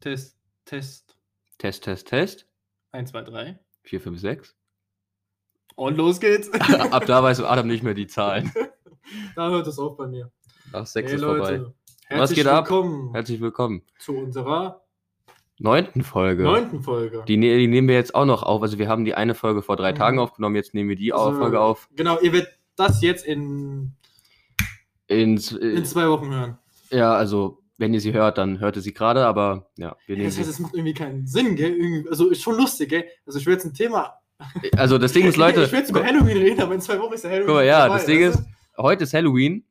Test, Test. Test, Test, Test. 1, 2, 3. 4, 5, 6. Und los geht's. Ab da weiß Adam nicht mehr die Zahlen. da hört es auf bei mir. Nach 6 Hey ist vorbei. Leute, herzlich Was geht ab? willkommen Herzlich willkommen. zu unserer Neunten Folge. neunten Folge. Die, ne- die nehmen wir jetzt auch noch auf. Also wir haben die eine Folge vor drei Mhm. Tagen aufgenommen. Jetzt nehmen wir die Also, Folge auf Genau, ihr werdet das jetzt in, ins, äh, in zwei Wochen hören. Ja, also wenn ihr sie hört, dann hört ihr sie gerade. Aber ja, wir nehmen Das, heißt, sie. das macht irgendwie keinen Sinn, gell? Irgendwie, also ist schon lustig, gell? Also ich will jetzt ein Thema. Also das Ding ist, Leute. ich will jetzt gu- über Halloween reden, aber in zwei Wochen ist ja Halloween. Guck mal, ja, vorbei, das Ding weißt ist, du? heute ist Halloween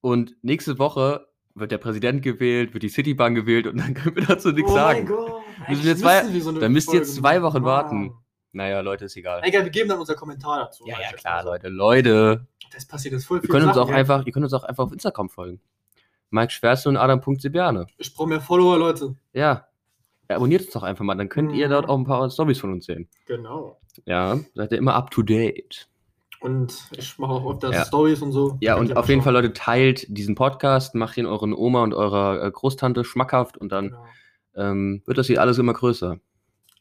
und nächste Woche wird der Präsident gewählt, wird die Citibank gewählt und dann können wir dazu nichts oh sagen. Mein Gott. Müssen Eigentlich wir zwei- müssen wir so eine dann müsst ihr Folge zwei machen. Wochen warten. Mann. Naja, Leute, ist egal. Egal, wir geben dann unser Kommentar dazu. Ja, ja, beispielsweise. klar, Leute. Leute, Das passiert jetzt voll wir viel. können uns Sachen, auch gell? einfach, ihr könnt uns auch einfach auf Instagram folgen. Mike Schwerste und Adam.Sebiane. Ich brauche mehr Follower, Leute. Ja. ja. Abonniert uns doch einfach mal, dann könnt ihr Mhm. dort auch ein paar Stories von uns sehen. Genau. Ja, seid ihr immer up to date. Und ich mache auch öfter Ja. Stories und so. Ja, Könnt und ihr auf mal jeden Fall, schauen. Leute, teilt diesen Podcast, macht ihn euren Oma und eurer äh, Großtante schmackhaft und dann Genau. ähm, wird das hier alles immer größer.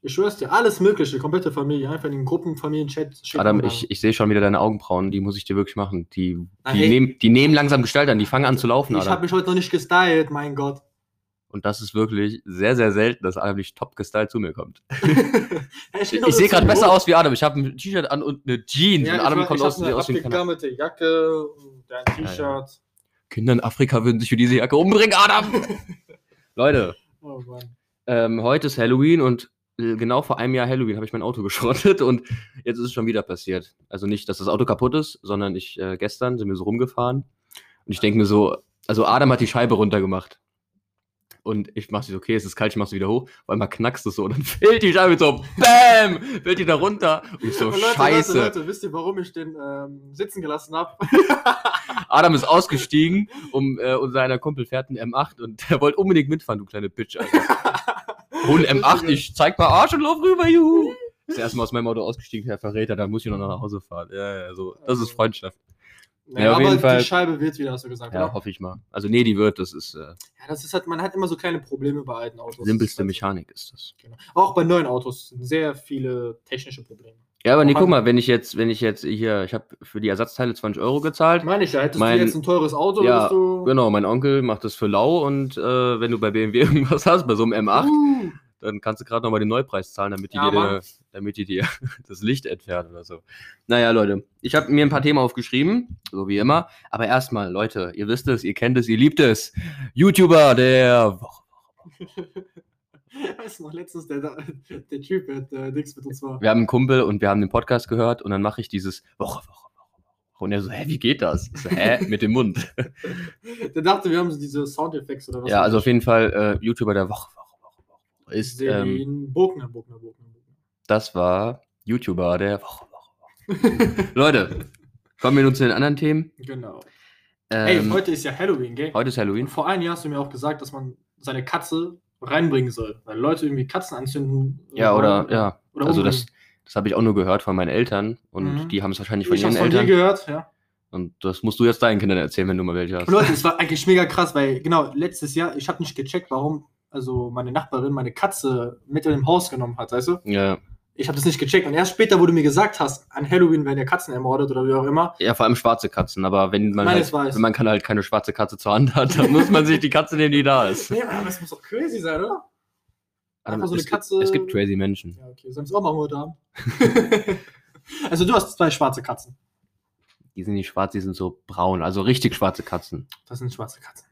Ich schwör's dir, alles Mögliche, komplette Familie, einfach in den Gruppen, Familienchat. schicken Adam, wir dann. ich, ich sehe schon wieder deine Augenbrauen, die muss ich dir wirklich machen. Die, Ah, die, hey. nehmen, die nehmen langsam Gestalt an, die fangen an zu laufen, Ich habe Adam. mich heute noch nicht gestylt, mein Gott. Und das ist wirklich sehr, sehr selten, dass Adam nicht top gestylt zu mir kommt. ich Ich sehe gerade besser aus wie Adam. Ich habe ein T-Shirt an und eine Jeans. und Ja, Adam ich kommt kommt aus, eine aus dem Kanal. abgegammelte Jacke, und ein T-Shirt. Ja, Kinder in Afrika würden sich für diese Jacke umbringen, Adam! Leute, Oh Mann. ähm, heute ist Halloween und äh, genau vor einem Jahr Halloween habe ich mein Auto geschrottet und jetzt ist es schon wieder passiert. Also nicht, dass das Auto kaputt ist, sondern ich äh, gestern sind wir so rumgefahren und ich denke mir so, also Adam hat die Scheibe runtergemacht. Und ich mach sie so, okay, es ist kalt, ich mach sie wieder hoch. Auf einmal knackst du so und dann fällt die Scheibe so, BÄM! Fällt die da runter. Und ich so, Und Leute, scheiße. Leute, Leute, wisst ihr, warum ich den ähm, sitzen gelassen habe? Adam ist ausgestiegen, um äh, und seiner Kumpel fährt ein M8 und der wollte unbedingt mitfahren, du kleine Bitch, Alter. Hol ein M8, ich zeig mal Arsch und lauf rüber, juhu. Ist erstmal aus meinem Auto ausgestiegen, Herr Verräter, dann muss ich noch nach Hause fahren. Ja, ja, so. Das ist Freundschaft. Ja, auf aber jeden die Fall. Scheibe wird wieder, hast du gesagt, Ja, oder? hoffe ich mal. Also, nee, die wird, das ist äh, Ja, das ist halt, man hat immer so kleine Probleme bei alten Autos. simpelste Das ist Mechanik ist das. halt- Genau. Auch bei neuen Autos sind sehr viele technische Probleme. Ja, aber nee, Mann. guck mal, wenn ich jetzt, wenn ich jetzt hier, ich habe für die Ersatzteile 20 Euro gezahlt. Meine ich ja, hättest Mein- du jetzt ein teures Auto, würdest Ja, du. Genau, mein Onkel macht das für lau und äh, wenn du bei BMW irgendwas hast, bei so einem M8, Uh, dann kannst du gerade nochmal den Neupreis zahlen, damit die, Ja, dir, Mann. damit die dir das Licht entfernt oder so. Naja, Leute, ich habe mir ein paar Themen aufgeschrieben, so wie immer. Aber erstmal, Leute, ihr wisst es, ihr kennt es, ihr liebt es. YouTuber der Woche. weißt du noch, letztens der, der Typ, der, der nix mit uns war. Wir haben einen Kumpel und wir haben den Podcast gehört und dann mache ich dieses Woche, Woche, Woche. Woche. Und er so, hä, wie geht das? Ich so, hä, mit dem Mund. Der dachte, wir haben so diese Soundeffekte oder was. ja, also auf jeden Fall äh, YouTuber der Woche, Woche, Woche, Woche. Ist, ähm, Selin Bogner, Bogner, Bogner, Bogner. das war YouTuber der Woche, Woche, Woche. Leute, kommen wir nun zu den anderen Themen. Genau. Ähm, Ey, heute ist ja Halloween, gell? Heute ist Und Halloween. vor einem Jahr hast du mir auch gesagt, dass man seine Katze reinbringen soll, weil Leute irgendwie Katzen anzünden. Ja, oder, wollen. ja. Oder also umbringen. das, das habe ich auch nur gehört von meinen Eltern und Mhm. die haben es wahrscheinlich Ich, von ich ihren hab's von dir Eltern. gehört, ja. und das musst du jetzt deinen Kindern erzählen, wenn du mal welche hast. Und Leute, es war eigentlich mega krass, weil genau letztes Jahr, ich habe nicht gecheckt, warum also meine Nachbarin meine Katze mit in dem Haus genommen hat, weißt du? Ja. Ich habe das nicht gecheckt und erst später, wo du mir gesagt hast, an Halloween werden ja Katzen ermordet oder wie auch immer. ja, vor allem schwarze Katzen, aber wenn man, Meines halt, weiß. wenn man kann halt keine schwarze Katze zur Hand hat, dann muss man sich die Katze nehmen, die da ist. Nee, aber das muss doch crazy sein, oder? Aber Einfach so eine es, gibt- Katze- es gibt crazy Menschen. Ja, okay, sollen wir es auch mal heute haben? also du hast zwei schwarze Katzen. Die sind nicht schwarz, die sind so braun, also richtig schwarze Katzen. Das sind schwarze Katzen.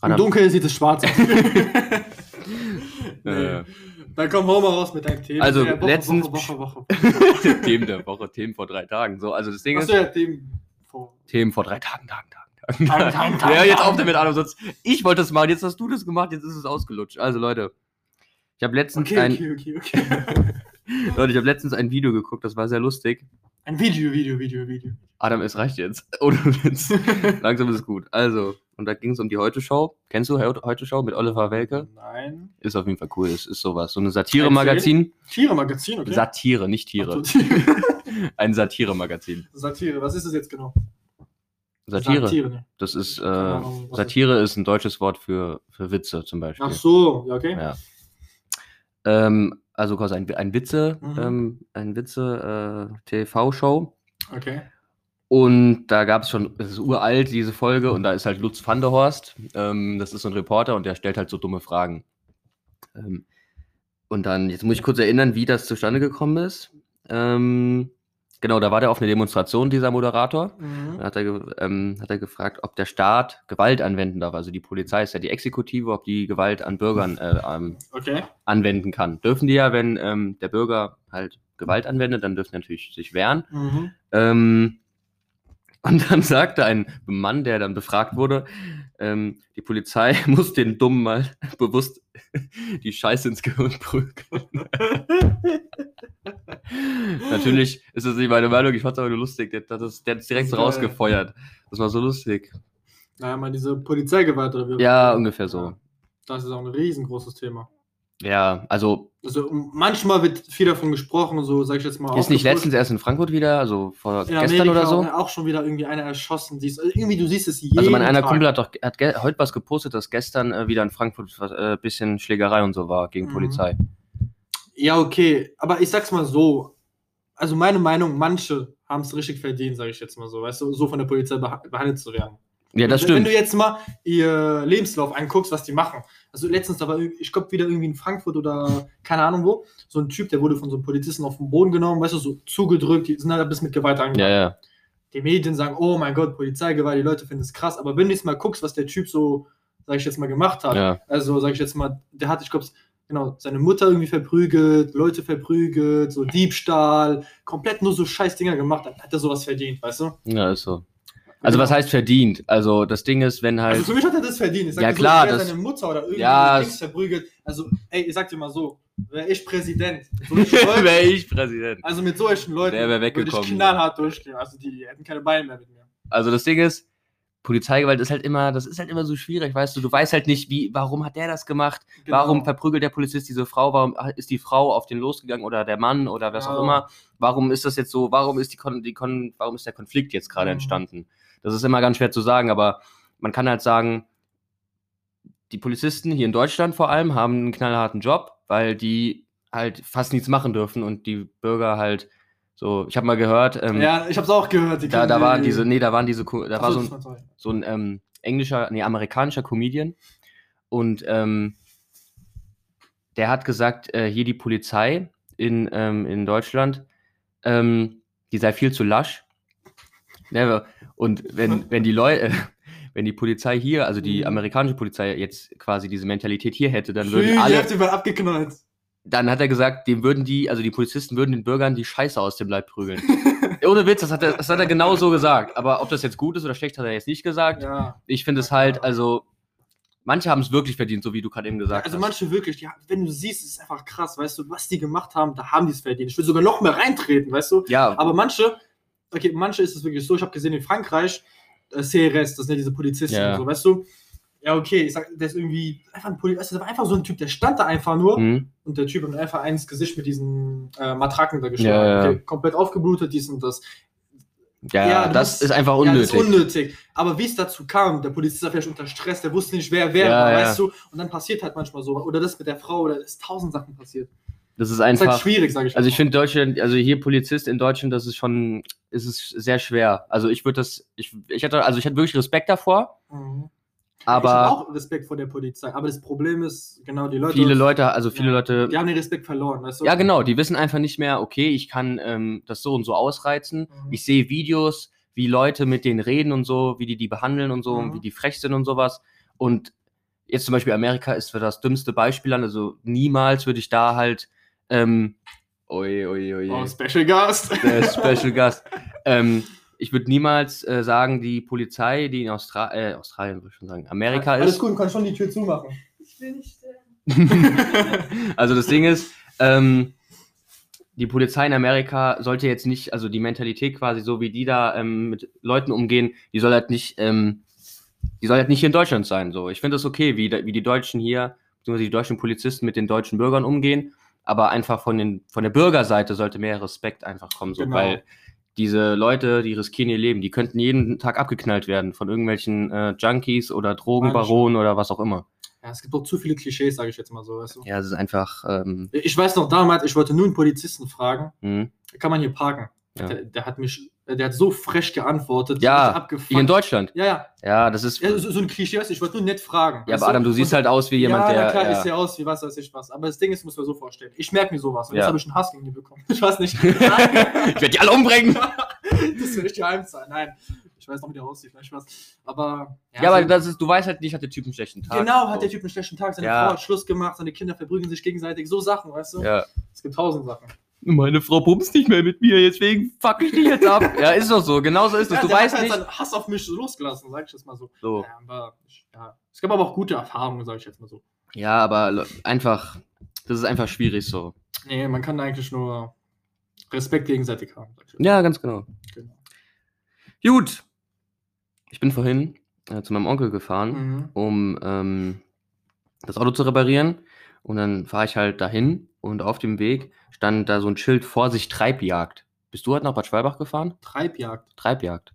Im Adam. Dunkeln sieht es schwarz aus. Äh. nee. Dann komm, hau mal raus mit deinem Thema. Also, Ja, Woche, letztens- Woche, Woche, Woche. Themen der Woche, Themen vor drei Tagen. So, also das Ding Hast ist, du ja dem vor. Themen vor drei Tagen, Tagen, Tagen, Tagen. Tagen, Tagen, Tagen, ja, jetzt Tagen. auf damit, Adam, sonst ich wollte es machen, jetzt hast du das gemacht, jetzt ist es ausgelutscht. Also Leute, ich habe letztens Okay, ein, okay, okay, okay. Leute, ich habe letztens ein Video geguckt, das war sehr lustig. Ein Video, Video, Video, Video. Adam, es reicht jetzt. Ohne Witz. Langsam ist es gut. Also, und da ging es um die Heute-Show. Kennst du Heu- Heute-Show mit Oliver Welke? Nein. Ist auf jeden Fall cool. Es ist sowas. So ein Satire-Magazin. Tiere Magazin, okay. Satire, nicht Tiere. Ach so, Tiere. Ein Satire-Magazin. Satire, was ist das jetzt genau? Satire. ne? Das ist, äh, Keine Ahnung, was Satire ist ein deutsches Wort für, für Witze zum Beispiel. Ach so, ja, okay. Ja. Ähm, also quasi ein, ein Witze, Mhm. ähm, ein Witze äh, TV-Show. Okay. Und da gab es schon, es ist uralt, diese Folge, und da ist halt Lutz van der Horst. Ähm, das ist so ein Reporter und der stellt halt so dumme Fragen. Ähm, und dann, jetzt muss ich kurz erinnern, wie das zustande gekommen ist. Ähm, genau, da war der auf einer Demonstration, dieser Moderator. Mhm. Dann hat er, ge- ähm, hat er gefragt, ob der Staat Gewalt anwenden darf. Also die Polizei ist ja die Exekutive, ob die Gewalt an Bürgern äh, ähm, Okay. anwenden kann. Dürfen die ja, wenn ähm, der Bürger halt Gewalt anwendet, dann dürfen die natürlich sich wehren. Mhm. Ähm, und dann sagte ein Mann, der dann befragt wurde, ähm, die Polizei muss den Dummen mal bewusst die Scheiße ins Gehirn prügeln. Natürlich ist das nicht meine Meinung, ich fand's aber nur lustig. Der, hat das, der hat es direkt so Geil. rausgefeuert. Das war so lustig. Naja, mal diese Polizeigewalt oder wie. Ja, ungefähr so. Ja. Das ist auch ein riesengroßes Thema. Ja, also Also manchmal wird viel davon gesprochen, so sag ich jetzt mal. ist nicht aufgepusht. letztens erst in Frankfurt wieder, also vor In gestern Amerika oder so. Auch, auch schon wieder irgendwie einer erschossen. Die ist, also irgendwie, du siehst es jeden Also mein einer Tag. Kumpel hat doch hat ge- heute was gepostet, dass gestern äh, wieder in Frankfurt ein äh, bisschen Schlägerei und so war gegen Mhm. Polizei. Ja, okay. Aber ich sag's mal so. Also meine Meinung, manche haben es richtig verdient, sage ich jetzt mal so, weißt du, so von der Polizei beha behandelt zu werden. Ja, das wenn, Also Wenn stimmt. du jetzt mal ihr Lebenslauf anguckst, was die machen. Also letztens, da war, irgendwie- ich glaube, wieder irgendwie in Frankfurt oder keine Ahnung wo, so ein Typ, der wurde von so einem Polizisten auf den Boden genommen, weißt du, so zugedrückt, die sind halt bis mit Gewalt angegangen. Ja, ja. die Medien sagen, oh mein Gott, Polizeigewalt, die Leute finden es krass, aber wenn du jetzt mal guckst, was der Typ so, sag ich jetzt mal, gemacht hat, ja. also sag ich jetzt mal, der hat, ich glaube, genau, seine Mutter irgendwie verprügelt, Leute verprügelt, so Diebstahl, komplett nur so scheiß Dinger gemacht, dann hat er sowas verdient, weißt du? Ja, ist so. Also was heißt verdient? Also das Ding ist, wenn Also halt. für mich hat er das verdient. Ich sag Ja, dir klar, so, wer das- seine Mutter oder irgendwie Ja, Dings es- verprügelt, also ey, ich sag dir mal so, wäre ich Präsident, so eine Leute, Wäre ich Präsident. also mit solchen Leuten Wer wär würde ich weggekommen. knallhart durchgehen, also die hätten keine Beine mehr mit mir. Also das Ding ist, Polizeigewalt ist halt immer, das ist halt immer so schwierig, weißt du, du weißt halt nicht, wie, warum hat der das gemacht? Genau. Warum verprügelt der Polizist diese Frau? Warum ist die Frau auf den losgegangen oder der Mann oder was Ja. auch immer? Warum ist das jetzt so? Warum ist, die Kon die Kon warum ist der Konflikt jetzt gerade Mhm. entstanden? Das ist immer ganz schwer zu sagen, aber man kann halt sagen, die Polizisten hier in Deutschland vor allem haben einen knallharten Job, weil die halt fast nichts machen dürfen und die Bürger halt so, ich habe mal gehört, ähm, Ja, ich hab's auch gehört. die da, da können waren die- diese, nee, da waren diese, Ko- da war Achso, so ein das sorry. so ein ähm, englischer, nee, amerikanischer Comedian. Und ähm, der hat gesagt, äh, hier die Polizei in, ähm, in Deutschland, ähm, die sei viel zu lasch. Ne, Und wenn, wenn die Leute, wenn die Polizei hier, also die Mhm. amerikanische Polizei jetzt quasi diese Mentalität hier hätte, dann Schön, würden die alle, Hälfte wird abgeknallt. dann hat er gesagt, dem würden die, also die Polizisten würden den Bürgern die Scheiße aus dem Leib prügeln. Ohne Witz, das hat, er, das hat er genau so gesagt. Aber ob das jetzt gut ist oder schlecht, hat er jetzt nicht gesagt. Ja. Ich finde es Ja, halt, klar. also, manche haben es wirklich verdient, so wie du gerade eben gesagt Also hast. manche wirklich, ja, wenn du siehst, ist es einfach krass, weißt du, was die gemacht haben, da haben die es verdient. Ich will sogar noch mehr reintreten, weißt du. ja, Aber manche, okay, manche ist es wirklich so, ich habe gesehen in Frankreich, äh, CRS, das sind ja diese Polizisten Ja. und so, weißt du. Ja, okay, ich sag, der ist irgendwie einfach ein Polizist, das war einfach so ein Typ, der stand da einfach nur mhm. und der Typ hat mir einfach eins Gesicht mit diesen äh, Matraken da geschlagen. Ja, ja. Okay, komplett aufgeblutet, dies und das. ja, Ja, du das musst- ist einfach Ja, unnötig. das ist unnötig. Aber wie es dazu kam, der Polizist war vielleicht unter Stress, der wusste nicht, wer wer Ja, war, ja. weißt du? Und dann passiert halt manchmal so. Oder das mit der Frau, oder es ist tausend Sachen passiert. Das ist halt einfach. schwierig, sage ich Also ich mal. finde Deutschland, also hier Polizist in Deutschland, das ist schon, ist es sehr schwer. Also ich würde das, ich, ich hätte, also ich hätte wirklich Respekt davor, Mhm. ich habe aber auch Respekt vor der Polizei. Aber das Problem ist, genau, die Leute, viele Leute, also viele Ja. Leute, die haben den Respekt verloren, weißt du? ja genau, die wissen einfach nicht mehr, okay, ich kann ähm, das so und so ausreizen. Mhm. Ich sehe Videos, wie Leute mit denen reden und so, wie die die behandeln und so, und Mhm. wie die frech sind und sowas. Und jetzt zum Beispiel Amerika ist für das dümmste Beispiel an. Also niemals würde ich da halt. Ähm, oje, oje, oje. Oh, Special Guest. Der Special Guest. Ähm, ich würde niemals äh, sagen, die Polizei, die in Austra äh, Australien, würde ich schon sagen, Amerika Alles ist. gut, du kannst schon die Tür zumachen. Ich will nicht sterben. also das Ding ist, ähm, die Polizei in Amerika sollte jetzt nicht, also die Mentalität quasi so, wie die da ähm, mit Leuten umgehen, die soll halt nicht, ähm, die soll halt nicht hier in Deutschland sein. So, ich finde es okay, wie, da- wie die Deutschen hier, beziehungsweise die deutschen Polizisten mit den deutschen Bürgern umgehen, aber einfach von den, von der Bürgerseite sollte mehr Respekt einfach kommen, so, Genau. weil Diese Leute, die riskieren ihr Leben, die könnten jeden Tag abgeknallt werden von irgendwelchen äh, Junkies oder Drogenbaronen oder was auch immer. Ja, es gibt auch zu viele Klischees, sage ich jetzt mal so. Weißt du? Ja, es ist einfach. Ähm, hm. Ich weiß noch damals, ich wollte nur einen Polizisten fragen, mh. kann man hier parken? Ja. Der, der hat mich, der hat so frech geantwortet, Ja, mich Hier in abgefuckt. Deutschland. Ja, ja, Ja, das ist. ja so, so ein Klischee, weißt du, ich wollte nur nett fragen. Ja, aber Adam, du siehst halt aus wie jemand, ja, der. na klar, ja. ich sehe aus wie was weiß ich was. Aber das Ding ist, muss man so vorstellen. Ich merke mir sowas. Und Ja. jetzt habe ich einen Hass gegen die bekommen. Ich weiß nicht. ich werde die alle umbringen. das will ich geheim sein. Nein. Ich weiß noch, wie der aussieht. Vielleicht was. Aber. Ja, aber so- das ist, du weißt halt nicht, hat der Typ einen schlechten Tag. also- Genau, hat So. der Typ einen schlechten Tag, seine Ja. Frau hat Schluss gemacht, seine Kinder verprügeln sich gegenseitig, so Sachen, weißt du? Ja. Es gibt tausend Sachen. Meine Frau pumst nicht mehr mit mir, deswegen fuck ich die jetzt ab. ja, ist doch so, genau so ist es. Ja, du der weißt hat halt nicht. seinen Hass auf mich losgelassen, sag ich jetzt mal so. So. Ja, aber, ja. Es gab aber auch gute Erfahrungen, sag ich jetzt mal so. Ja, aber le- einfach, das ist einfach schwierig so. Nee, man kann eigentlich nur Respekt gegenseitig haben. Sag ich jetzt. Ja, ganz genau. Genau. Gut. Ich bin vorhin äh, zu meinem Onkel gefahren. Mhm. um ähm, das Auto zu reparieren. Und dann fahre ich halt dahin und auf dem Weg stand da so ein Schild Vorsicht Treibjagd. Bist du heute nach Bad Schwalbach gefahren? Treibjagd. Treibjagd.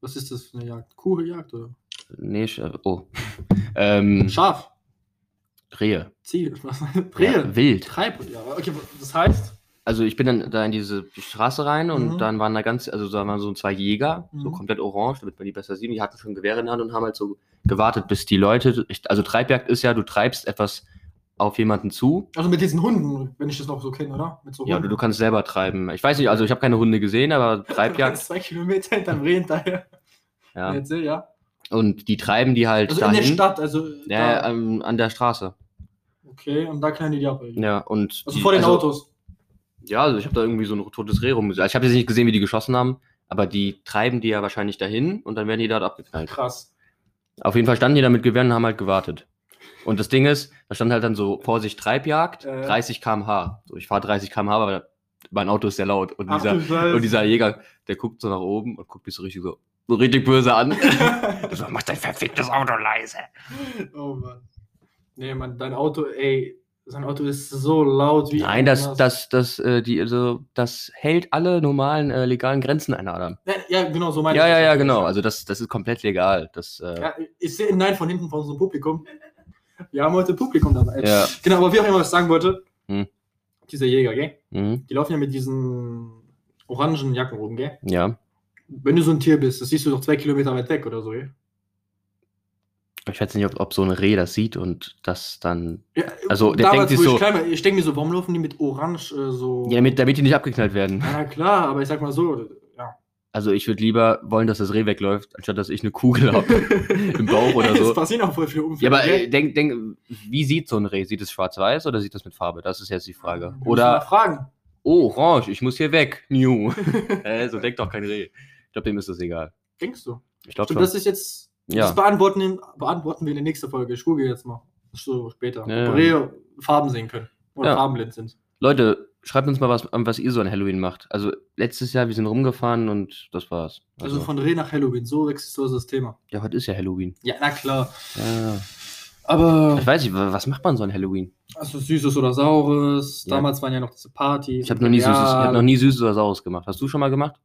Was ist das für eine Jagd? Kuhjagd oder? Nee, Sch äh, oh. ähm, Schaf. Rehe. Ziel. Was? Ja, Rehe. wild. Treib. Ja, okay, das heißt. Also ich bin dann da in diese Straße rein und Mhm. dann waren da ganz, also da waren so zwei Jäger, so Mhm. komplett orange, damit man die besser sieht. Die hatten schon Gewehre in der Hand und haben halt so gewartet, bis die Leute, ich- also Treibjagd ist ja, du treibst etwas auf jemanden zu Also mit diesen Hunden, wenn ich das noch so kenne, oder? Mit so Ja, du, du kannst selber treiben. Ich weiß nicht, also ich habe keine Hunde gesehen, aber Treibjagd. Zwei Kilometer hinterm Reh hinterher. Ja. ja. Erzähl, ja. Und die treiben die halt Also in dahin. der Stadt, also. Ja, da. ja, ähm, an der Straße. Okay, und da knallen die die ab. ey. Ja, und Also die- vor den Autos. Ja, also ich habe da irgendwie so ein totes Reh rumgesehen. Also ich habe jetzt nicht gesehen, wie die geschossen haben, aber die treiben die ja wahrscheinlich dahin und dann werden die dort abgeknallt. Krass. Auf jeden Fall standen die da mit Gewehren und haben halt gewartet. Und das Ding ist, da stand halt dann so Vorsicht Treibjagd, Äh. 30 30 km/h. So, ich fahre 30 km/h, aber mein Auto ist sehr laut und dieser du Scheiße. Und dieser Jäger, der guckt so nach oben und guckt mich so richtig so, so richtig böse an. so, mach dein verficktes Auto leise. oh Mann. Nee, Mann, dein Auto, ey, sein Auto ist so laut wie. Nein, das, irgendwas. das, das, äh, die, also, das hält alle normalen äh, legalen Grenzen ein, Adam. Ja, Ja, genau, so meine Ja, ich ja, das. ja, genau. Also das, das ist komplett legal. Das, äh, Ja, ich sehe Nein von hinten von unserem Publikum. Wir haben heute Publikum dabei. ja. Genau, aber wie auch immer was ich sagen wollte, Hm. dieser Jäger, gell? Mhm. Die laufen ja mit diesen orangen Jacken rum, gell? ja. Wenn du so ein Tier bist, das siehst du doch zwei Kilometer weit weg oder so, gell? Ich weiß nicht, ob, ob so ein Reh das sieht und das dann. Ja, Also, der denkt sich wo ich so- klein war, ich denke mir so, warum laufen die mit orange äh, so. Ja, damit, damit die nicht abgeknallt werden. Na klar, aber ich sag mal so, ja. Also ich würde lieber wollen, dass das Reh wegläuft, anstatt dass ich eine Kugel habe im Bauch oder Es so. passieren auch voll viele Unfälle. Ja, aber gell? äh, denk, denk, wie sieht so ein Reh? Sieht es schwarz-weiß oder sieht das mit Farbe? Das ist jetzt die Frage. Muss mal Oder, fragen. oh, orange, ich muss hier weg. New. äh, so denkt doch kein Reh. Ich glaube, dem ist das egal. Denkst du? Ich glaube Stimmt, schon. das ist jetzt. Das Ja. beantworten, in- beantworten wir in der nächsten Folge. Ich google jetzt mal. So später. Ja, ja. Ob Rehe Farben sehen können. Oder Ja. farbenblind sind. Leute, schreibt uns mal, was, was ihr so an Halloween macht. Also letztes Jahr, wir sind rumgefahren und das war's. Also, Also, von Reh nach Halloween. So wechselst du also das Thema. ja, heute ist ja Halloween. Ja, na klar. Ja. Aber. Ich weiß nicht, wa- was macht man so an Halloween? Also Süßes oder Saures. Ja. Damals waren ja noch diese Partys. Ich habe noch, nie Imperial. süßes- ich hab noch nie Süßes oder Saures gemacht. Hast du schon mal gemacht?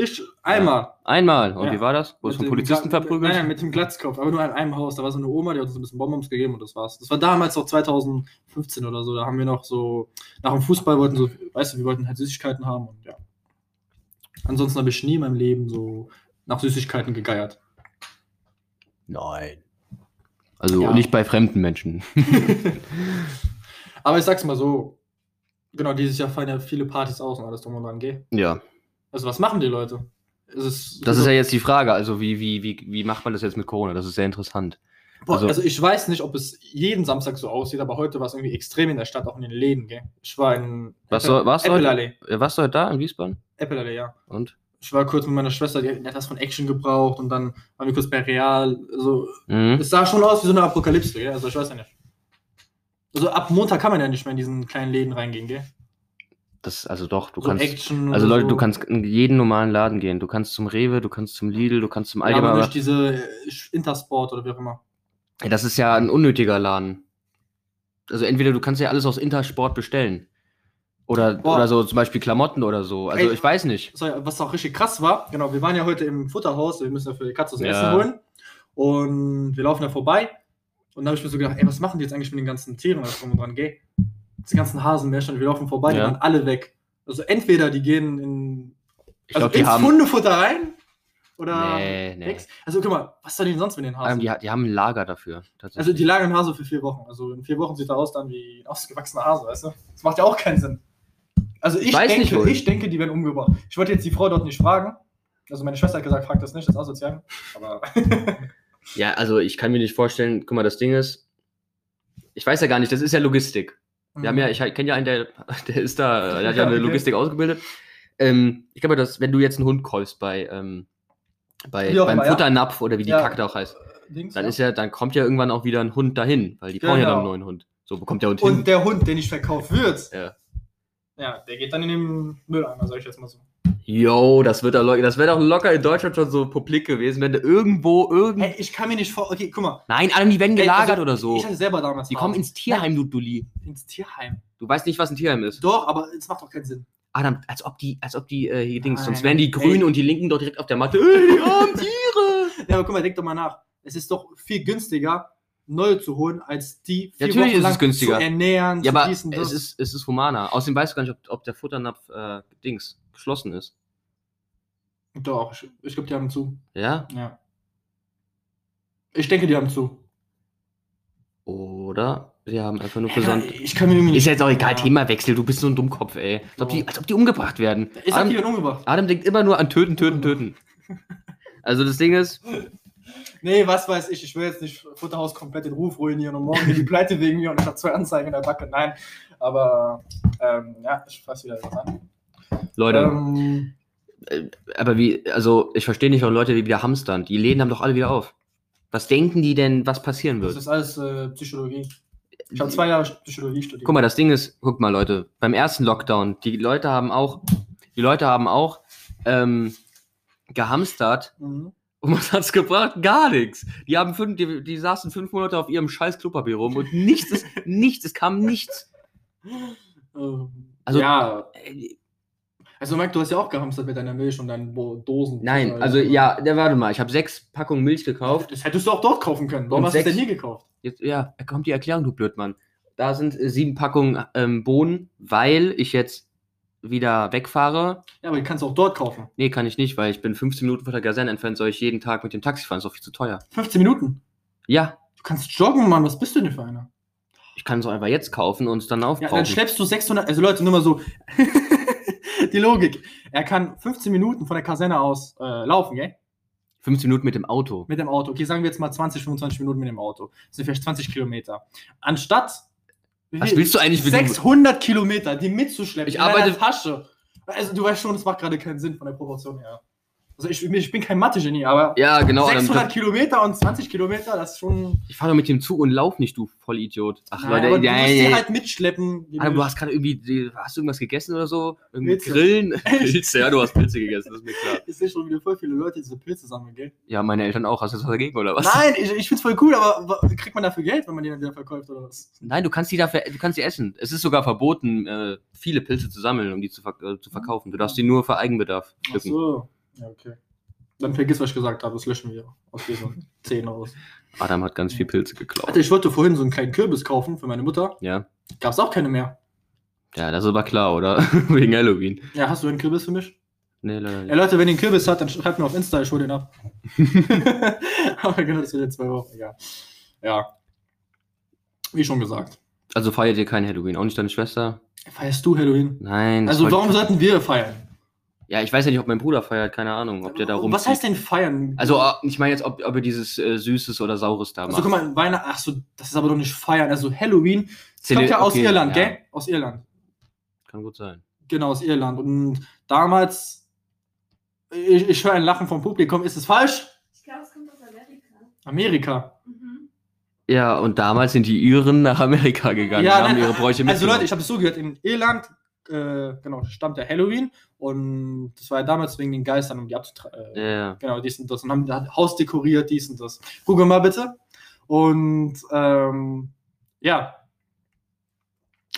Ich einmal. Einmal. Und Ja. wie war das? Wurde Mit von dem Polizisten Gla- verprügelt? Nein, nein, mit dem Glatzkopf, aber nur in einem Haus. Da war so eine Oma, die hat uns ein bisschen Bonbons gegeben und das war's. Das war damals noch 2015 oder so. Da haben wir noch so, nach dem Fußball wollten so, weißt du, wir wollten halt Süßigkeiten haben und ja. Ansonsten habe ich nie in meinem Leben so nach Süßigkeiten gegeiert. Nein. Also Ja. nicht bei fremden Menschen. Aber ich sag's mal so, genau, dieses Jahr fallen ja viele Partys aus und alles drum und dran, gell? Ja, Also was machen die Leute? Es ist, das ist ja jetzt die Frage. Also wie, wie, wie, wie macht man das jetzt mit Corona? Das ist sehr interessant. Boah, also- also, ich weiß nicht, ob es jeden Samstag so aussieht, aber heute war es irgendwie extrem in der Stadt, auch in den Läden, gell? Ich war in Was soll- was soll- Apple Allee. Äh, Warst du heute da in Wiesbaden? Apple Allee, ja. Und? ich war kurz mit meiner Schwester, die hat das von Action gebraucht und dann waren wir kurz bei Real. Also, Mhm. es sah schon aus wie so eine Apokalypse, gell? Also ich weiß ja nicht. Also ab Montag kann man ja nicht mehr in diesen kleinen Läden reingehen, gell? Das, also doch, du so kannst. Action Also oder Leute, so. du kannst in jeden normalen Laden gehen. Du kannst zum Rewe, du kannst zum Lidl, du kannst zum ja, Aldi. aber aber durch diese äh, Intersport oder wie auch immer. Ja, das ist ja ein unnötiger Laden. Also entweder du kannst ja alles aus Intersport bestellen. Oder, Boah. oder so zum Beispiel Klamotten oder so. Also Ey. ich weiß nicht. Sorry, was auch richtig krass war, genau, wir waren ja heute im Futterhaus, wir müssen ja für die Katze das Ja. Essen holen. Und wir laufen da vorbei. Und da habe ich mir so gedacht, ey, was machen die jetzt eigentlich mit den ganzen Tieren? Da kommen wir dran, geh. Die ganzen Hasenmärchen, wir laufen vorbei, die Ja. waren alle weg. Also entweder die gehen in, Ich also glaube, die ins haben. Hundefutter rein oder Nee, nee. nix. Also guck mal, was soll denn sonst mit den Hasen? Ähm, Die, die haben ein Lager dafür. tatsächlich. Also die lagen im Hase für vier Wochen. Also in vier Wochen sieht er aus dann wie ein ausgewachsener Hase, weißt du? Das macht ja auch keinen Sinn. Also ich, Ich weiß nicht, denke, wohl. ich denke, die werden umgebracht. Ich wollte jetzt die Frau dort nicht fragen. Also meine Schwester hat gesagt, frag das nicht, das ist asozial. Aber Ja, also ich kann mir nicht vorstellen, guck mal, das Ding ist, ich weiß ja gar nicht, das ist ja Logistik. Wir hm, haben ja, ich kenne ja einen, der, der ist da, der hat ja eine Mhm. Okay. Logistik ausgebildet. Ähm, ich glaube, dass, wenn du jetzt einen Hund kaufst bei, ähm, bei Wie auch beim immer, ja. Futternapf oder wie die Ja. Kacke auch heißt, Dings, dann ist ja, dann kommt ja irgendwann auch wieder ein Hund dahin, weil die brauchen ja dann einen Genau. neuen Hund. So bekommt der Hund hin. und der Hund, den ich verkauft wird, Ja. ja, der geht dann in den Mülleimer, sag ich jetzt mal so. Yo, das wird doch locker, das wäre doch locker in Deutschland schon so publik gewesen, wenn du irgendwo irgend. Ey, ich kann mir nicht vor. Okay, guck mal. Nein, alle die werden Ey, gelagert also, oder so. Ich hatte selber damals. Die kommen ins Tierheim, du Dulli. ins Tierheim. Du weißt nicht, was ein Tierheim ist. Doch, aber es macht doch keinen Sinn. Adam, als ob die, als ob die äh, hier Dings, Nein. sonst wären die Ey. Grünen und die Linken doch direkt auf der Matte. Ey, die armen Tiere! Ja, aber guck mal, denk doch mal nach. Es ist doch viel günstiger, neue zu holen, als die vier Natürlich ist es günstiger. zu ernähren, ja, zu aber gießen. es ist, es ist humaner. Außerdem weißt du gar nicht, ob, ob der Futternapf äh, Dings geschlossen ist. Doch, ich, ich glaube, die haben zu. Ja? Ja. Ich denke, die haben zu. Oder sie haben einfach nur Ja, versandt. ich kann mir nämlich Ist jetzt auch egal, Ja. Themawechsel, du bist so ein Dummkopf, ey. Als ob die, als ob die umgebracht werden. Ich sag, die Adam, werden umgebracht. Adam denkt immer nur an Töten, Töten, Töten. Also das Ding ist, Nee, was weiß ich. Ich will jetzt nicht Futterhaus komplett den Ruf ruinieren und morgen geht die Pleite wegen mir und ich habe zwei Anzeigen in der Backe. Nein, aber ähm, ja, ich fasse wieder was an. Leute, Ähm, aber wie, also ich verstehe nicht, warum Leute die wieder hamstern. Die Läden haben doch alle wieder auf. Was denken die denn, was passieren das wird? ist alles äh, Psychologie. Ich habe zwei Jahre Psychologie studiert. Guck mal, das Ding ist, guck mal, Leute, beim ersten Lockdown, die Leute haben auch, die Leute haben auch ähm, gehamstert Mhm. und was hat's gebracht? Gar nichts. Die haben fünf, die, die saßen fünf Monate auf ihrem scheiß Klopapier rum und nichts ist, nichts, es kam nichts. Ähm, Also- ja, Äh, Also Mike, du hast ja auch gehamstert mit deiner Milch und deinen Bo Dosen. Äh, Nein, also ja, ne, warte mal, ich habe sechs Packungen Milch gekauft. Das hättest du auch dort kaufen können. Warum Und hast du es denn sechs- hier gekauft? Jetzt, ja, da kommt die Erklärung, du Blödmann. Da sind äh, sieben Packungen ähm, Bohnen, weil ich jetzt wieder wegfahre. Ja, aber die kannst du auch dort kaufen. Nee, kann ich nicht, weil ich bin 15 Minuten von der Gazelle entfernt, soll ich jeden Tag mit dem Taxi fahren, ist doch viel zu teuer. 15 Minuten. Ja, Du kannst joggen, Mann. Was bist du denn für einer? ich kann es auch einfach jetzt kaufen und es dann Ja, aufbrauchen. dann schleppst du 600... Also Leute, nur mal so... die Logik. Er kann 15 Minuten von der Kaserne aus äh, laufen, gell? 15 Minuten mit dem Auto. Mit dem Auto. Okay, sagen wir jetzt mal 20, 25 Minuten mit dem Auto. Das sind vielleicht 20 Kilometer. Anstatt... Was willst du eigentlich mit dem- 600 Kilometer, die mitzuschleppen Ich deiner arbeite- Tasche. Also du weißt schon, es macht gerade keinen Sinn von der Proportion her. Also ich, ich bin kein Mathe-Genie, aber... Ja, genau. Dann, 600 Kilometer und 20 Kilometer, das ist schon. ich fahre doch mit dem Zug und lauf nicht, du Vollidiot. Ach, Nein, Leute, aber du ja, musst ja, die ja. halt mitschleppen. die Adam, du Milch. hast gerade irgendwie, die- hast du irgendwas gegessen oder so? Irgendwie Pilze. Grillen? Pilze, ja, du hast Pilze gegessen, das ist mir klar. Ich sehe schon wieder voll viele Leute, die so Pilze sammeln, gell? Ja, meine Eltern auch. Hast du jetzt was dagegen oder was? Nein, ich, ich find's voll cool, aber wa- kriegt man dafür Geld, wenn man die dann wieder verkauft oder was? Nein, du kannst die dafür, du kannst die essen. Es ist sogar verboten, äh, viele Pilze zu sammeln, um die zu, verk äh, zu verkaufen. Du darfst die nur für Eigenbedarf Ach pflücken. so. Ja, okay. Dann vergiss, was ich gesagt habe, das löschen wir aus diesen 10 raus. Adam hat ganz viel Pilze geklaut. Alter, ich wollte vorhin so einen kleinen Kürbis kaufen für meine Mutter. Ja, Gab's auch keine mehr. ja, das ist aber klar, oder? Wegen Halloween. Ja, hast du einen Kürbis für mich? Nee, leider Ja, nicht. Leute, wenn ihr einen Kürbis habt, dann schreibt mir auf Insta, ich hol den ab. aber genau, das wird in zwei Wochen, egal. Ja. Wie schon gesagt. Also feiert ihr kein Halloween, auch nicht deine Schwester? Feierst du Halloween? Nein. das Also wollte- warum sollten wir feiern? Ja, ich weiß ja nicht, ob mein Bruder feiert, keine Ahnung, ob der da rum. Was heißt denn feiern? Also, äh, ich meine jetzt, ob, ob er dieses äh, Süßes oder Saures da macht. also guck mal, Weihnachten, ach so, das ist aber doch nicht feiern. Also Halloween, das Zele- kommt ja aus okay, Irland, ja. gell? Aus Irland. Kann gut sein. Genau, aus Irland. Und damals, ich, ich höre ein Lachen vom Publikum, ist es falsch? Ich glaube, es kommt aus Amerika. Amerika. Mhm. Ja, und damals sind die Iren nach Amerika gegangen und haben nein, ihre Bräuche Also mitgenommen. Leute, ich habe es so gehört, in Irland, äh, genau, stammt der Halloween und das war ja damals wegen den Geistern, um die abzutreiben. ja. Genau, dies und das. Und haben das Haus dekoriert, dies und das. Google mal bitte. Und ähm, ja.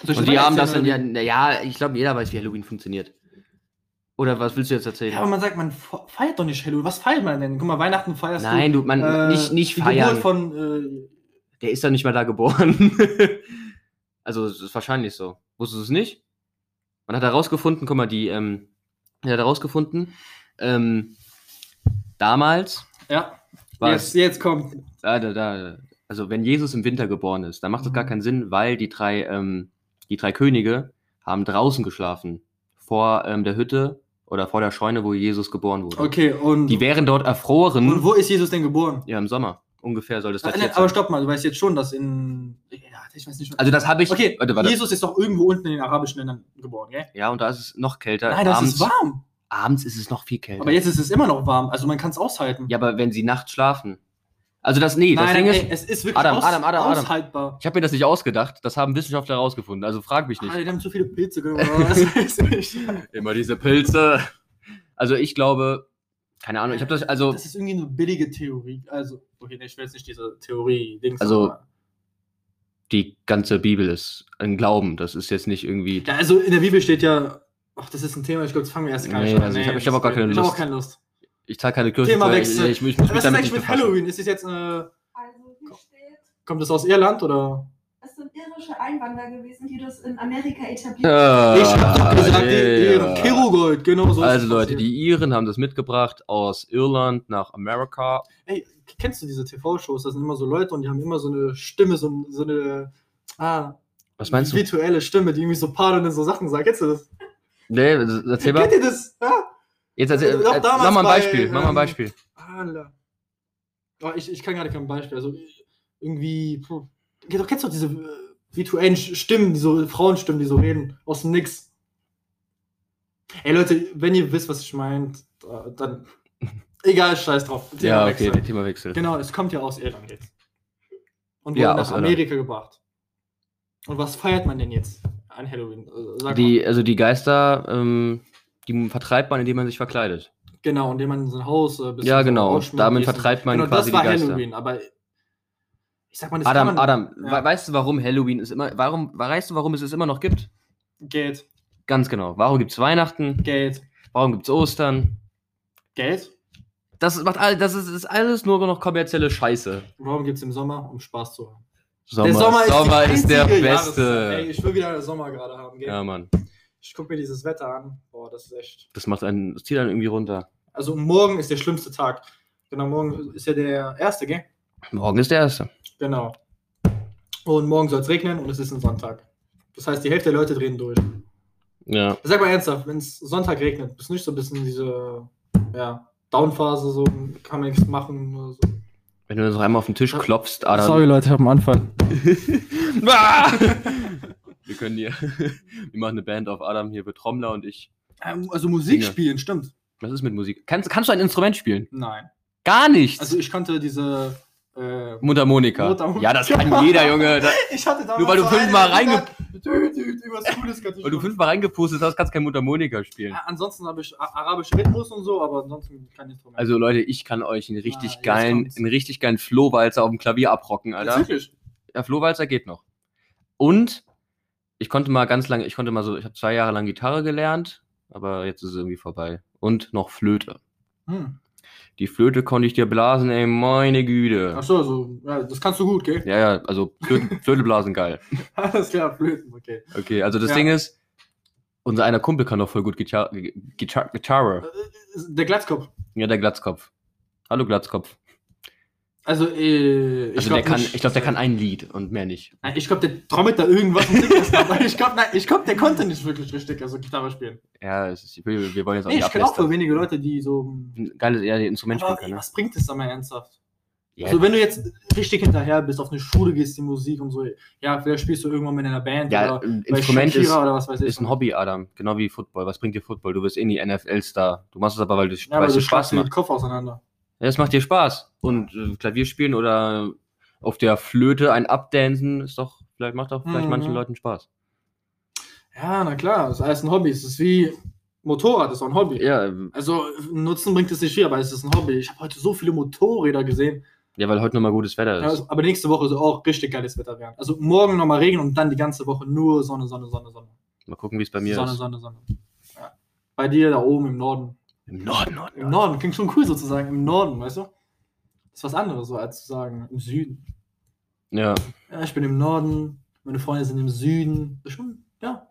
Soll ich Und das die haben das erzählen, dann, oder ja, naja, ich glaube, jeder weiß, wie Halloween funktioniert. Oder was willst du jetzt wie? erzählen? Ja, aber man sagt, man fe- feiert doch nicht Halloween. Was feiert man denn? Guck mal, Weihnachten feierst Nein, du. du, man, äh, nicht, nicht die feiern. Geburt von. Äh, Der ist doch nicht mal da geboren. also, es ist wahrscheinlich so. Wusstest du es nicht? Man hat herausgefunden, guck mal, die, ähm, man hat herausgefunden, ähm, damals äh, ja, war jetzt, jetzt kommt. es, ah, da, da, da, also wenn Jesus im Winter geboren ist, dann macht das gar Mhm. keinen Sinn, weil die drei, ähm, die drei Könige haben draußen geschlafen, vor ähm, der Hütte oder vor der Scheune, wo Jesus geboren wurde. Okay, und, Die wären dort erfroren. und wo ist Jesus denn geboren? Ja, im Sommer. Ungefähr soll das Ah, passiert nein, sein. aber stopp mal, du weißt jetzt schon, dass in. Ja, ich weiß nicht. Also das habe ich. okay, warte, warte. Jesus ist doch irgendwo unten in den arabischen Ländern geboren, gell? Ja, und da ist es noch kälter. Nein, das abends, ist warm. Abends ist es noch viel kälter. Aber jetzt ist es immer noch warm, also man kann es aushalten. ja, aber wenn sie nachts schlafen. Also das nee, das Nein, Ding ey, es ist, ist wirklich Adam, aus, Adam, Adam, Adam. aushaltbar. ich habe mir das nicht ausgedacht. Das haben Wissenschaftler herausgefunden. Also frag mich nicht. Ah, die haben zu viele Pilze genommen. oder was weiß ich. Immer diese Pilze. Also ich glaube, keine Ahnung. Ich habe das also Das ist irgendwie eine billige Theorie. Also, okay, nee, ich will jetzt nicht diese Theorie-Dings. Also- aber- die ganze Bibel ist ein Glauben. Das ist jetzt nicht irgendwie. Ja, also in der Bibel steht ja. Ach, das ist ein Thema, ich glaube, das fangen wir erst gar Nee, nicht also ich hab- ich hab auch gar das- keine Ich habe auch Lust. keine Lust. Ich zahle keine Kirche. Thema weil Wechsel. Ich, ich muss mich Was ist damit eigentlich mit nicht befassen. Halloween? Ist es jetzt, äh, Also hier steht, kommt das aus Irland oder? es sind irische Einwanderer gewesen, die das in Amerika etabliert Ah, ich hab doch gesagt, yeah. yeah. Kirugold, genau so. ist Also es Leute, passiert. die Iren haben das mitgebracht aus Irland nach Amerika. Ey, kennst du diese TV-Shows? Das sind immer so Leute und die haben immer so eine Stimme, so, ein- so eine. Ah, Was meinst du? virtuelle Stimme, die irgendwie so Paaren und so Sachen sagt. Kennst du das? Nee, das- erzähl mal. Kennt ihr das? Ja? Jetzt erzähl, Doch, äh, Also damals mach mal ein bei, Beispiel, mach mal ein ähm, Beispiel. Alla. Oh, ich, ich kann gerade kein Beispiel. Also irgendwie. Puh. Kennst du- Kennst du diese äh, virtuellen Sch- Stimmen, die so Frauenstimmen, die so reden, aus dem Nix? Ey Leute, wenn ihr wisst, was ich meine, dann. Egal, scheiß drauf. Thema Ja, okay, Wechsel. der Themawechsel. Genau, es kommt ja aus Irland jetzt. Und wurde Ja, aus nach Irland. Amerika gebracht. Und was feiert man denn jetzt an Halloween? Also, Sag Die, also die Geister, ähm, die vertreibt man, indem man sich verkleidet. mal. Genau, indem man in sein Haus äh, ein bisschen Ja, genau. ausschmückt, Damit dies und- vertreibt man genau, quasi das war die Geister. Halloween, aber ich sag mal, das Adam, kann man Adam, Ja. we- weißt du, warum Halloween ist immer, warum, weißt du, warum es es immer noch gibt? Geld, Ganz genau. Warum gibt's Weihnachten? Geld, Warum gibt's Ostern? Geld. Das macht all, das ist, ist alles nur noch kommerzielle Scheiße. Warum gibt es im Sommer? Um Spaß zu haben. Sommer, die Sommer ist der einzige beste. Jahreszeit. Ey, ich will wieder einen Sommer gerade haben. Gell? ja, Mann. Ich guck mir dieses Wetter an. Boah, das ist echt. Das macht einen, das zieht einen irgendwie runter. Also morgen ist der schlimmste Tag. Genau, morgen ist ja der erste, gell? Morgen ist der erste. Genau. Und morgen soll es regnen und es ist ein Sonntag. Das heißt, die Hälfte der Leute drehen durch. Ja. Sag mal ernsthaft, wenn es Sonntag regnet, bist du nicht so ein bisschen diese ja, Downphase, so kann man nichts machen. Oder so. Wenn du noch einmal auf den Tisch Ja. klopfst, Adam. Leute, ich habe einen Anfall. Ah! wir können hier, wir machen eine Band auf Adam hier, wird Trommler und ich. Also Musik Dinge. spielen, stimmt. Was ist mit Musik? Kannst, kannst du ein Instrument spielen? Nein. Gar nichts. Also ich kannte diese. Äh, Mundharmonika. Mundharmonika. Ja, das kann jeder, Junge. Da, ich hatte damals Nur weil du so eine, fünfmal die reinge- sagt, "Dü, dü, dü", Übers cooles Kartuschen. weil du fünfmal reingepustet hast, kannst kein Mundharmonika spielen. Äh, Ansonsten habe ich a- arabische Rhythmus und so, aber ansonsten kein Instrument. Also Leute, ich kann euch einen richtig Ah, jetzt geilen, kommt's. einen richtig geilen Flohwalzer auf dem Klavier abrocken, Jetzt Alter. wirklich. Ja, Flohwalzer geht noch. Und ich konnte mal ganz lange, ich konnte mal so, ich habe zwei Jahre lang Gitarre gelernt, aber jetzt ist es irgendwie vorbei. Und noch Flöte. Hm. Die Flöte konnte ich dir blasen, ey, meine Güte. Achso, also, ja, das kannst du gut, gell? Ja, ja, also Flöten, Flöteblasen geil. Alles klar, Flöten, okay. Okay, also das Ja. Ding ist, unser einer Kumpel kann doch voll gut Gitarre, Gitarre, Gitarre. Äh, Der Glatzkopf. Ja, der Glatzkopf. Hallo Glatzkopf. Also, äh, ich Also glaub der kann, nicht- ich glaube, der kann ein Lied und mehr nicht. Nein, ich glaube, der trommelt da irgendwas und singt das dabei. Ich glaube, glaub, der konnte nicht wirklich richtig, also Gitarre spielen. Ja, es ist, wir, wir wollen jetzt auch Nee, ich nicht kenne auch ablästern. voll wenige Leute, die so. Ein Geiles, eher die Instrument spielen Aber, kann, ne? Was bringt es da mal ernsthaft? Ja, Also, wenn du jetzt richtig hinterher bist, auf eine Schule gehst, die Musik und so, ja, vielleicht spielst du irgendwann mal in einer Band ja, oder ein bei Instrument ist, Shakira oder was weiß ich. ist ein Hobby, Adam. Genau wie Football. Was bringt dir Football? Du wirst eh nie NFL-Star. Du machst es aber, weil du Ja, weil aber es du dir Spaß schlägst dir macht. den Kopf auseinander. Ja, es macht dir Spaß. Und äh, Klavier spielen oder auf der Flöte ein Abdancen ist doch, vielleicht macht doch vielleicht Mhm. manchen Leuten Spaß. Ja, na klar, das ist alles ein Hobby. Es ist wie Motorrad, ist auch ein Hobby. Ja, ähm, Also Nutzen bringt es nicht viel, aber es ist ein Hobby. Ich habe heute so viele Motorräder gesehen. Ja, weil heute nochmal gutes Wetter ist. Ja, also, aber nächste Woche soll auch richtig geiles Wetter werden. Also morgen nochmal Regen und dann die ganze Woche nur Sonne, Sonne, Sonne, Sonne. mal gucken, wie es bei mir Sonne, ist. Sonne, Sonne, Ja. Bei dir da oben im Norden. Im Norden, Norden, Im Norden klingt schon cool sozusagen. Im Norden, weißt du? ist was anderes, so als zu sagen im Süden. Ja, Ja, ich bin im Norden, meine Freunde sind im Süden. Ist schon, ja.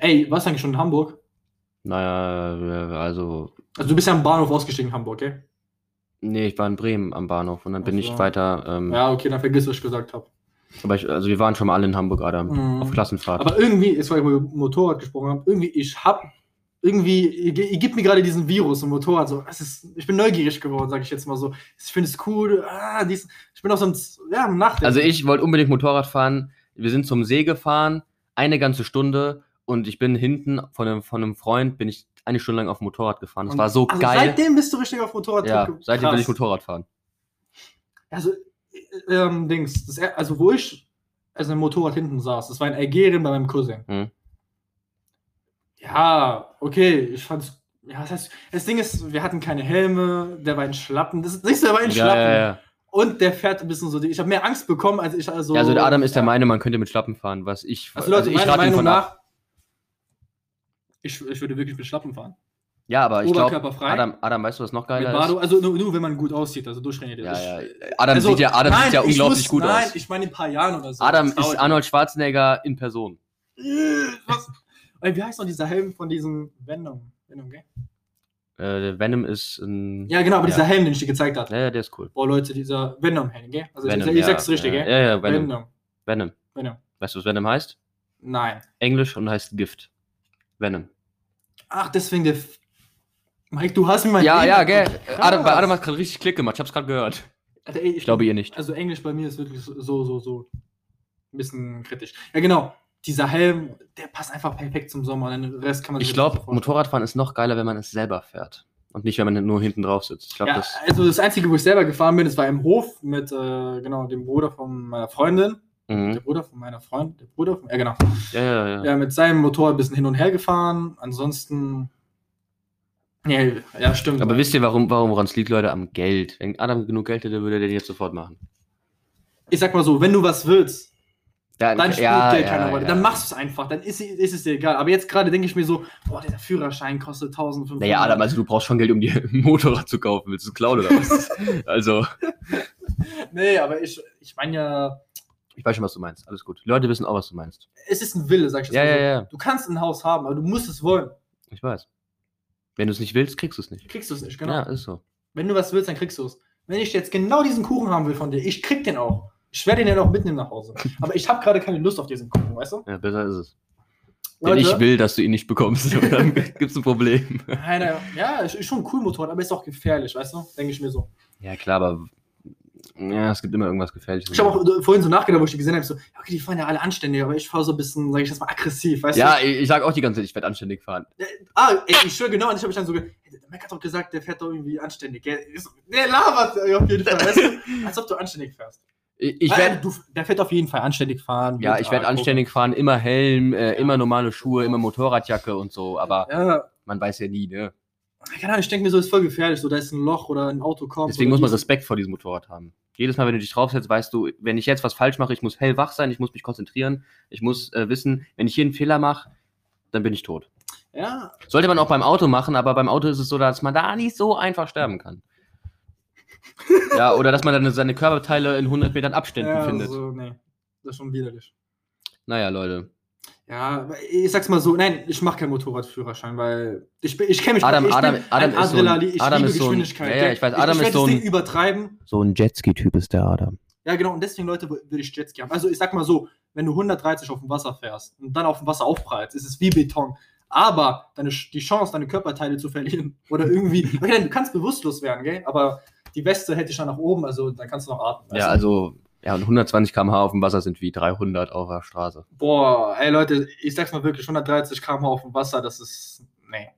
Ey, warst du eigentlich schon in Hamburg? naja, äh, also. Also du bist ja am Bahnhof ausgestiegen in Hamburg, gell? Nee, ich war in Bremen am Bahnhof und dann bin Ach ich so. weiter. Ähm, Ja, okay, dann vergiss, was ich gesagt habe. Aber ich, also wir waren schon mal alle in Hamburg, Adam. Mhm. Auf Klassenfahrt. Aber irgendwie, jetzt weil ich über Motorrad gesprochen habe, irgendwie, ich hab, irgendwie, ihr, ihr gebt mir gerade diesen Virus im Motorrad. So, es ist, ich bin neugierig geworden, sage ich jetzt mal so. Ich finde es cool. Ah, dies, ich bin auf so einem, Z- ja, im Nachdenken. also ich wollte unbedingt Motorrad fahren. Wir sind zum See gefahren, eine ganze Stunde und ich bin hinten von einem, von einem Freund, bin ich eine Stunde lang auf dem Motorrad gefahren. Das Und- war so also geil. Seitdem bist du richtig auf Motorrad ja, seitdem will ich Motorrad. Motorrad fahren. Also, äh, ähm, Dings, das, er- also wo ich also im Motorrad hinten saß, das war ein Algerien bei meinem Cousin. Mhm. Ja, okay, ich fand's. Ja, das heißt, das Ding ist, wir hatten keine Helme, der war in Schlappen. Das ist nicht so, der war in Ja, Schlappen. ja, ja. Und der fährt ein bisschen so. die- Ich habe mehr Angst bekommen, als ich also. ja, also der Adam ist der Meinung, man könnte mit Schlappen fahren, was ich. Also Leute, ich meiner rate ihm Meinung von ab. nach. Ich, ich würde wirklich mit Schlappen fahren. Ja, aber ich glaube, Oberkörperfrei. Adam, Adam, weißt du, was noch mit geiler Bardo, ist? also nur, nur wenn man gut aussieht, also durchtrainiert. ist. Ja, ja. Ich- Adam also, sieht ja, Adam sieht ja ich unglaublich muss- gut nein, aus. ich meine in ein paar Jahren oder so. Adam Das dauert ist Arnold Schwarzenegger in Person. Äh, Was? Ey, wie heißt noch dieser Helm von diesem Venom? Venom, gell? Äh, Venom ist ein. Ja, genau, aber Ja. dieser Helm, den ich dir gezeigt habe. ja, ja, der ist cool. Boah, Leute, dieser Venom-Helm, gell? Also Venom, dieser, ich sag's ja. richtig, ja, gell? Ja, ja, Venom. Venom. Venom. Venom. Weißt du, was Venom heißt? Nein. Englisch und heißt Gift. Venom. Ach, deswegen der. F Mike, du hast mir mein. Ja, Ding- ja, gell. Krass. Adam, bei Adam hat gerade richtig Klick gemacht. Ich hab's gerade gehört. Alter, ey, Ich glaube ihr nicht. Also Englisch bei mir ist wirklich so, so, so ein bisschen kritisch. Ja, genau. Dieser Helm, der passt einfach perfekt zum Sommer. Den Rest kann man Ich sich glaube, nicht so vorstellen. Motorradfahren ist noch geiler, wenn man es selber fährt. Und nicht, wenn man nur hinten drauf sitzt. Ich glaube, Ja, das. also das Einzige, wo ich selber gefahren bin, das war im Hof mit äh, genau dem Bruder von meiner Freundin. Der Mhm. Bruder von meiner Freundin. Der Bruder von. Ja, genau. Ja, ja, ja. Ja, mit seinem Motor ein bisschen hin und her gefahren. Ansonsten. Ja, ja stimmt. Aber wisst ihr, warum, warum woran es liegt, Leute? Am Geld. Wenn Adam genug Geld hätte, würde er den jetzt sofort machen. ich sag mal so, wenn du was willst, Dann, dann spielt Geld keine Rolle. ja. Dann machst du es einfach. Dann ist, ist es dir egal. Aber jetzt gerade denke ich mir so, boah, dieser Führerschein kostet 1500. Naja, Adam, also du brauchst schon Geld, um dir ein Motorrad zu kaufen. Willst du es klauen oder was? also, Nee, aber ich, ich meine ja, ich weiß schon, was du meinst. Alles gut. Die Leute wissen auch, was du meinst. es ist ein Wille, sag ich jetzt Ja, mal ja, so. ja. Du kannst ein Haus haben, aber du musst es wollen. Ich weiß. Wenn du es nicht willst, kriegst du es nicht. Kriegst du es nicht, genau. Ja, ist so. Wenn du was willst, dann kriegst du es. Wenn ich jetzt genau diesen Kuchen haben will von dir, ich krieg den auch. Ich werde den ja auch mitnehmen nach Hause. Aber ich habe gerade keine Lust auf diesen Kuchen, weißt du? Ja, besser ist es. Denn Leute, ich will, dass du ihn nicht bekommst. Und dann gibt es ein Problem. Nein, nein, ja, ist, ist schon ein cool Motorrad, aber ist auch gefährlich, weißt du? Denke ich mir so. Ja, klar, aber ja, es gibt immer irgendwas Gefährliches. Ich habe auch äh, vorhin so nachgedacht, wo ich die gesehen habe, so, ja, okay, die fahren ja alle anständig, aber ich fahre so ein bisschen, sage ich jetzt mal, aggressiv, weißt ja, du? ich, ich sag auch die ganze Zeit, ich werde anständig fahren. Ah, ey, ich schwöre genau, und ich habe mich dann so, ge- Ey, der Mac hat doch gesagt, der fährt doch irgendwie anständig, gell? Ist- Der labert ey, auf jeden Fall, weißt du? Als ob du anständig fährst. Ich, ich Nein, werde du, der fährt auf jeden Fall anständig fahren. ja, mit ich werd Argo. anständig fahren, immer Helm, äh, immer normale Schuhe, immer Motorradjacke und so, aber Ja, man weiß ja nie, ne? keine Ahnung, ich denke mir so, ist voll gefährlich, so, da ist ein Loch oder ein Auto kommt. Deswegen muss oder man dies- Respekt vor diesem Motorrad haben. Jedes Mal, wenn du dich draufsetzt, weißt du, wenn ich jetzt was falsch mache, ich muss hellwach sein, ich muss mich konzentrieren, ich muss äh, wissen, wenn ich hier einen Fehler mache, dann bin ich tot. Ja, Sollte man auch beim Auto machen, aber beim Auto ist es so, dass man da nicht so einfach sterben kann. ja, oder dass man dann seine Körperteile in 100 Metern Abständen ja findet. so, nee, das ist schon widerlich. Naja, Leute. Ja, aber ich sag's mal so, nein, ich mache keinen Motorradführerschein, weil ich, bin- ich kenne mich Adam, ich bin Adam, Adam ein ist so ein, Adrenalin, ich Adam liebe ist so ein, Geschwindigkeit. ja, ja, gell? ich weiß, Adam ich, ich ist so das Ding ein, übertreiben. so ein Jetski-Typ ist der Adam. Ja, genau, und deswegen, Leute, wür- würde ich Jetski haben. Also, ich sag mal so, wenn du 130 auf dem Wasser fährst und dann auf dem Wasser aufprallst, ist es wie Beton. Aber deine, Sch- die Chance, deine Körperteile zu verlieren oder irgendwie, okay, dann- du kannst bewusstlos werden, gell? Aber die Weste hält dich dann nach oben, also dann kannst du noch atmen. weißt Ja, du? also, ja, und 120 km/h auf dem Wasser sind wie 300 auf der Straße. Boah, ey, Leute, ich sag's mal wirklich, 130 km/h auf dem Wasser, das ist, nee.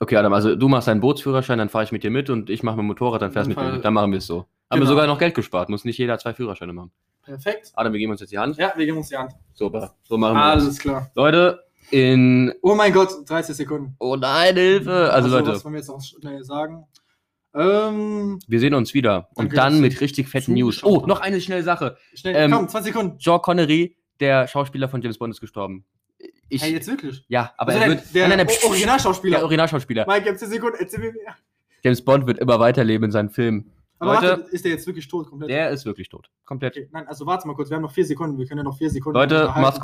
Okay, Adam, also du machst deinen Bootsführerschein, dann fahre ich mit dir mit und ich mache mein Motorrad, dann fährst du mit Dann mir fahr- mit. Dann machen wir es so. Haben wir Genau. sogar noch Geld gespart, muss nicht jeder zwei Führerscheine machen. Perfekt. Adam, wir geben uns jetzt die Hand. Ja, wir geben uns die Hand. Super, so machen wir das. Alles klar. Leute, in. Oh mein Gott, 30 Sekunden. Oh nein, Hilfe! Also, Ach so, Leute, Was wollen wir jetzt noch schnell sagen? Ähm, Wir sehen uns wieder. Und Danke, dass dann mit du richtig fetten News. zugeschaut Oh, hast. noch eine schnelle Sache. schnell, Ähm, komm, 20 Sekunden. Sean Connery, der Schauspieler von James Bond, ist gestorben. Ich, hey, jetzt wirklich. ja, aber Also er der, wird. der, nein, O- nein, nein, psch, psch, der Originalschauspieler. Originalschauspieler. Mike, jetzt 10 Sekunden, erzähl mir mehr. James Bond wird immer weiterleben in seinen Filmen. Aber Leute- warte, ist der jetzt wirklich tot komplett? Der ist wirklich tot. Komplett. okay, nein, also warte mal kurz, wir haben noch 4 Sekunden, wir können ja noch 4 Sekunden. Leute, unterhalten. macht's